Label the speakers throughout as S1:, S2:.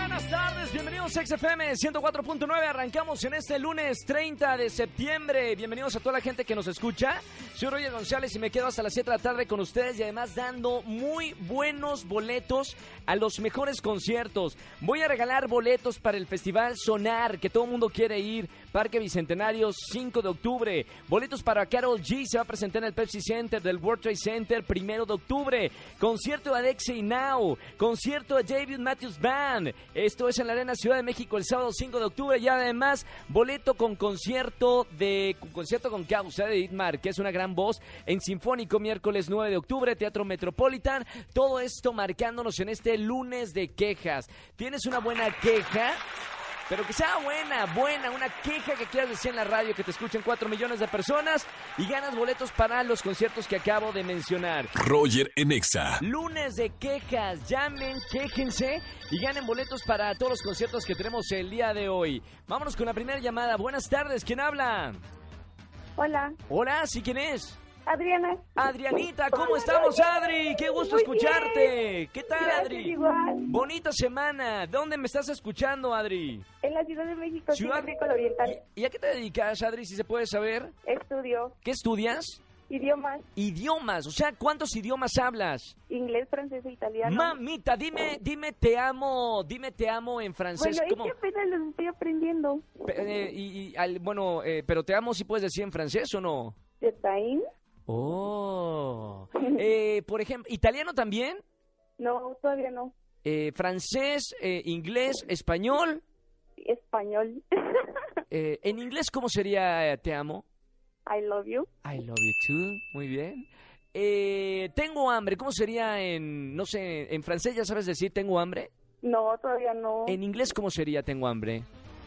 S1: Buenas tardes, bienvenidos a XFM 104.9. Arrancamos en este lunes 30 de septiembre. Bienvenidos a toda la gente que nos escucha. Soy Roger González y me quedo hasta las 7 de la tarde con ustedes y además dando muy buenos boletos a los mejores conciertos. Voy a regalar boletos para el Festival Sonar, que todo el mundo quiere ir. Parque Bicentenario, 5 de octubre. Boletos para Carol G. Se va a presentar en el Pepsi Center del World Trade Center, primero de octubre. Concierto de Alexei Now. Concierto de David Matthews Band. Esto es en la Arena Ciudad de México el sábado 5 de octubre. Y además, boleto con concierto de con concierto con causa de Itmar, que es una gran voz en Sinfónico, miércoles 9 de octubre, Teatro Metropolitan. Todo esto marcándonos en este lunes de quejas. ¿Tienes una buena queja? Pero que sea buena, buena, una queja que quieras decir en la radio, que te escuchen 4 millones de personas y ganas boletos para los conciertos que acabo de mencionar.
S2: Roger en EXA.
S1: Lunes de quejas, llamen, quéjense y ganen boletos para todos los conciertos que tenemos el día de hoy. Vámonos con la primera llamada. Buenas tardes, ¿quién habla?
S3: Hola,
S1: Hola, ¿sí quién es?
S3: Adriana.
S1: Adrianita, ¿cómo estamos, Adri? Qué gusto
S3: Muy bien.
S1: escucharte. ¿Qué tal,
S3: Gracias,
S1: Adri?
S3: igual.
S1: Bonita semana. ¿Dónde me estás escuchando, Adri?
S3: En la Ciudad de México,
S1: Ciudad-
S3: Ciudad Agrícola Oriental.
S1: ¿Y a qué te dedicas, Adri, si se puede saber?
S3: Estudio
S1: ¿Qué estudias?
S3: idiomas,
S1: idiomas, o sea, ¿cuántos idiomas hablas?
S3: inglés, francés e italiano.
S1: Mamita, dime, dime te amo, dime te amo en francés.
S3: bueno, es
S1: ¿cómo?
S3: que apenas los estoy aprendiendo.
S1: Pe- eh, y, y al- bueno, eh, pero te amo si puedes decir en francés o no.
S3: ¿De Taín?
S1: Oh. Eh, por ejemplo, italiano también,
S3: No, todavía no.
S1: Eh, francés, eh, inglés, español.
S3: Español.
S1: Eh, en inglés, ¿cómo sería eh, te amo?
S3: I love you.
S1: I love you too. Muy bien. Eh, tengo hambre, ¿cómo sería en, no sé, en francés ya sabes decir tengo hambre?
S3: No, todavía no.
S1: En inglés, ¿cómo sería tengo hambre?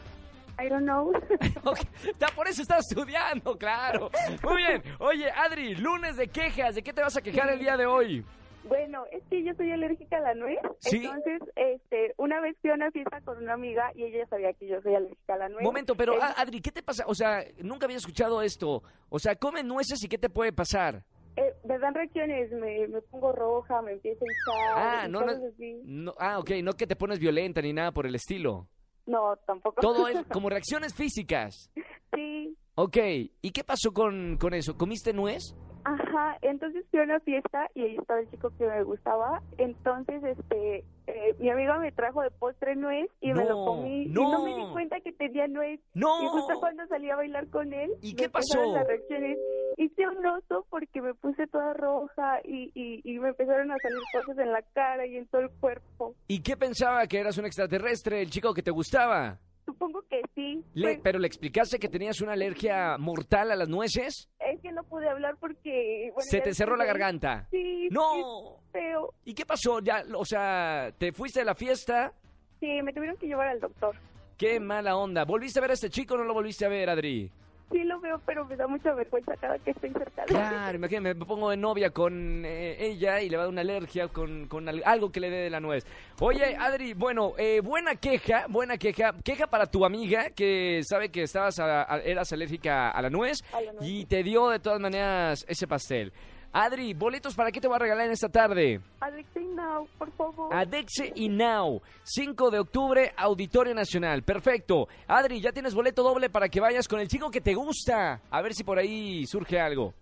S3: I don't know.
S1: Ok, está- por eso está estudiando, claro. Muy bien. Oye, Adri, lunes de quejas. ¿De qué te vas a quejar el día de hoy?
S3: bueno, es que yo soy alérgica a la nuez.
S1: Sí.
S3: Entonces, este, una vez fui a una fiesta con una amiga y ella sabía que yo soy alérgica a la nuez.
S1: Momento, pero
S3: Eh,
S1: ah, Adri, ¿qué te pasa? O sea, nunca había escuchado esto. O sea, come nueces y ¿qué te puede pasar?
S3: eh, me dan reacciones, me, me pongo roja, me empiezo a hinchar.
S1: Ah,
S3: y
S1: no, no,
S3: cosas así.
S1: no- Ah, ok, no que te pones violenta ni nada por el estilo.
S3: No, tampoco.
S1: Todo es como reacciones físicas.
S3: Sí,
S1: Ok, ¿y qué pasó con, con eso? ¿Comiste nuez?
S3: ajá. Entonces fui a una fiesta y ahí estaba el chico que me gustaba. Entonces, este, eh, mi amiga me trajo de postre nuez y me
S1: No,
S3: lo comí. Y no me
S1: no.
S3: di cuenta que tenía nuez. Y
S1: ¡No!
S3: justo cuando salí a bailar con él,
S1: ¿Y
S3: me
S1: qué
S3: empezaron
S1: pasó?
S3: Las reacciones. Hice un oso porque me puse toda roja y, y, y me empezaron a salir cosas en la cara y en todo el cuerpo.
S1: ¿Y qué pensaba que eras un extraterrestre, el chico que te gustaba?
S3: Supongo que sí.
S1: Le-
S3: Pues,
S1: ¿Pero le explicaste que tenías una alergia mortal a las nueces?
S3: es que no pude hablar porque. bueno,
S1: Se
S3: ya
S1: te cerró la
S3: después de ahí-
S1: garganta.
S3: Sí. sí,
S1: No.
S3: Pero
S1: ¿Y qué pasó? Ya, o sea, te fuiste de la fiesta.
S3: sí, me tuvieron que llevar al doctor.
S1: Qué mala onda. ¿Volviste a ver a este chico o no lo volviste a ver, Adri?
S3: Sí lo veo, pero me da mucha vergüenza cada que estoy cerca de él.
S1: Claro, imagínate, me pongo de novia con eh, ella y le va a dar una alergia con, con al- algo que le dé de la nuez. Oye, Adri, bueno, eh, buena queja, buena queja. Queja para tu amiga que sabe que estabas a- a- eras alérgica a la nuez
S3: A la nuez.
S1: y te dio de todas maneras ese pastel. Adri, boletos para qué te voy a regalar en esta tarde.
S3: Alexei, no, por favor.
S1: Adexe y Now, 5 de octubre, Auditorio Nacional. Perfecto. Adri, ya tienes boleto doble para que vayas con el chico que te gusta. A ver si por ahí surge algo.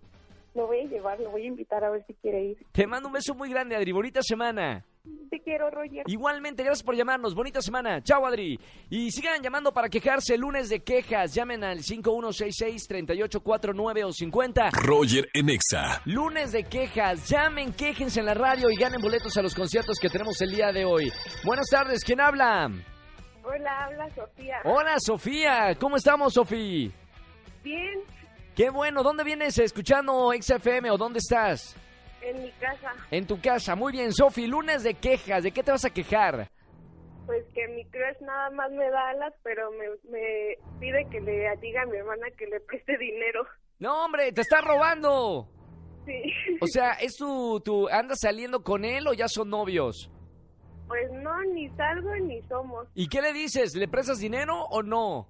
S3: Lo voy a llevar, lo voy a invitar a ver si quiere ir.
S1: Te mando un beso muy grande, Adri. Bonita semana.
S3: Te quiero, Roger.
S1: Igualmente, gracias por llamarnos. Bonita semana. Chao, Adri. Y sigan llamando para quejarse. Lunes de quejas. Llamen al 5166-3849 o 50.
S2: Roger en EXA.
S1: Lunes de quejas. Llamen, quéjense en la radio y ganen boletos a los conciertos que tenemos el día de hoy. Buenas tardes. ¿Quién habla?
S3: Hola, habla Sofía.
S1: Hola Sofía, ¿cómo estamos Sofía?
S3: Bien,
S1: Qué bueno, ¿dónde vienes escuchando XFM o dónde estás?
S3: en mi casa.
S1: En tu casa, muy bien Sofi, lunes de quejas, ¿de qué te vas a quejar?
S3: Pues que mi crush nada más me da alas, pero me, me pide que le diga a mi hermana que le preste dinero.
S1: No hombre, te está robando.
S3: Sí.
S1: O sea, ¿es tu, tu andas saliendo con él o ya son novios?
S3: Pues no, ni salgo ni somos.
S1: ¿Y qué le dices? ¿Le prestas dinero o no?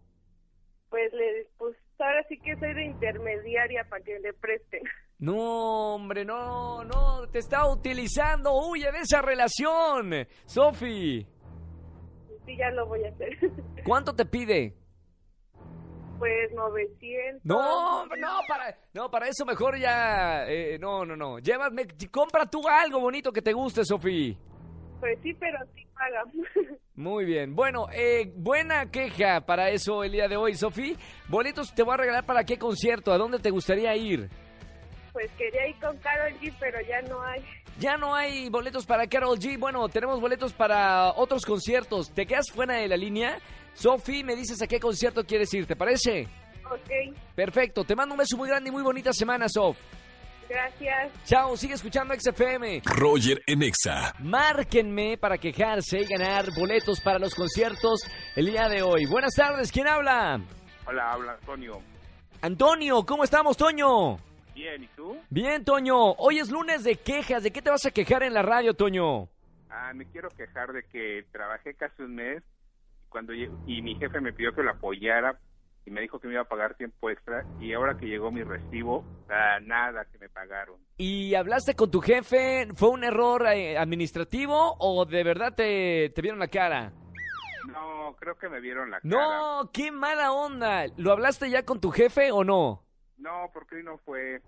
S3: Pues le, pues ahora sí que
S4: intermediaria para que le presten.
S1: No, hombre, no, no, te está utilizando. Huye de esa relación. Sofi,
S4: Sí, ya lo voy a hacer.
S1: ¿cuánto te pide?
S4: Pues 900.
S1: No, hombre, no, para, no, para eso mejor ya. eh, no, no, no. Llévame, compra tú algo bonito que te guste, Sofi.
S4: Pues sí, pero sí paga.
S1: Muy bien. Bueno, eh, buena queja para eso el día de hoy, Sofi. Boletos te voy a regalar para qué concierto, a dónde te gustaría ir.
S4: Pues quería ir con Carol G, pero ya no hay.
S1: Ya no hay boletos para Carol G. Bueno, tenemos boletos para otros conciertos. ¿Te quedas fuera de la línea? Sofi, me dices a qué concierto quieres ir, ¿te parece?
S4: Ok,
S1: Perfecto, te mando un beso muy grande y muy bonita semana, Sof.
S4: gracias.
S1: Chao, sigue escuchando XFM.
S2: Roger en Exa.
S1: Márquenme para quejarse y ganar boletos para los conciertos el día de hoy. Buenas tardes, ¿quién habla?
S5: Hola, habla Antonio.
S1: Antonio, ¿cómo estamos, Toño?
S5: Bien, ¿y tú?
S1: Bien, Toño. Hoy es lunes de quejas. ¿De qué te vas a quejar en la radio, Toño?
S5: Ah, me quiero quejar de que trabajé casi un mes cuando lle- y mi jefe me pidió que lo apoyara y me dijo que me iba a pagar tiempo extra y ahora que llegó mi recibo, ah, nada que me pagaron.
S1: ¿Y hablaste con tu jefe? ¿Fue un error eh, administrativo o de verdad te, te vieron la cara?
S5: No, creo que me vieron la cara.
S1: No, qué mala onda. ¿Lo hablaste ya con tu jefe o no?
S5: No, porque hoy no fue.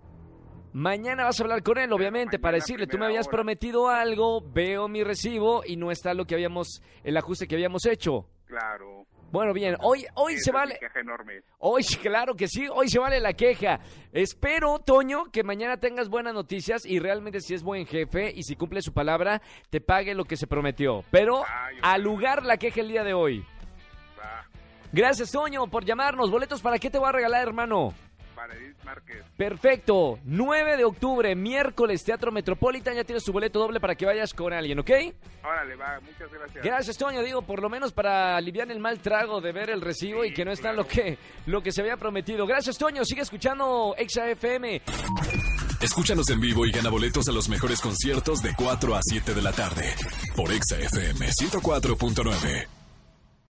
S1: Mañana vas a hablar con él, obviamente,
S5: Mañana
S1: para
S5: a
S1: decirle, tú me
S5: primera
S1: habías
S5: hora.
S1: prometido algo, veo mi recibo y no está lo que habíamos, el ajuste que habíamos hecho.
S5: Claro.
S1: Bueno, bien, hoy, hoy
S5: Esa
S1: se
S5: es mi
S1: vale,
S5: queja enorme.
S1: Hoy, sí, claro que sí, hoy se vale la queja. Espero, Toño, que mañana tengas buenas noticias y realmente si es buen jefe y si cumple su palabra, te pague lo que se prometió. Pero
S5: Ay, ojalá.
S1: al lugar la queja el día de hoy.
S5: Va,
S1: Gracias, Toño, por llamarnos. Boletos, ¿para qué te voy a regalar, hermano?
S5: para Edith Márquez.
S1: Perfecto. 9 de octubre, miércoles, Teatro Metropolitan. Ya tienes tu boleto doble para que vayas con alguien, ¿ok?
S5: Órale, va, muchas gracias.
S1: Gracias, Toño. Digo, por lo menos para aliviar el mal trago de ver el recibo y
S5: Sí,
S1: que no está
S5: claro.
S1: lo que, lo que se había prometido. Gracias, Toño. Sigue escuchando Exa FM.
S2: Escúchanos en vivo y gana boletos a los mejores conciertos de 4 a 7 de la tarde por Exa FM 104.9.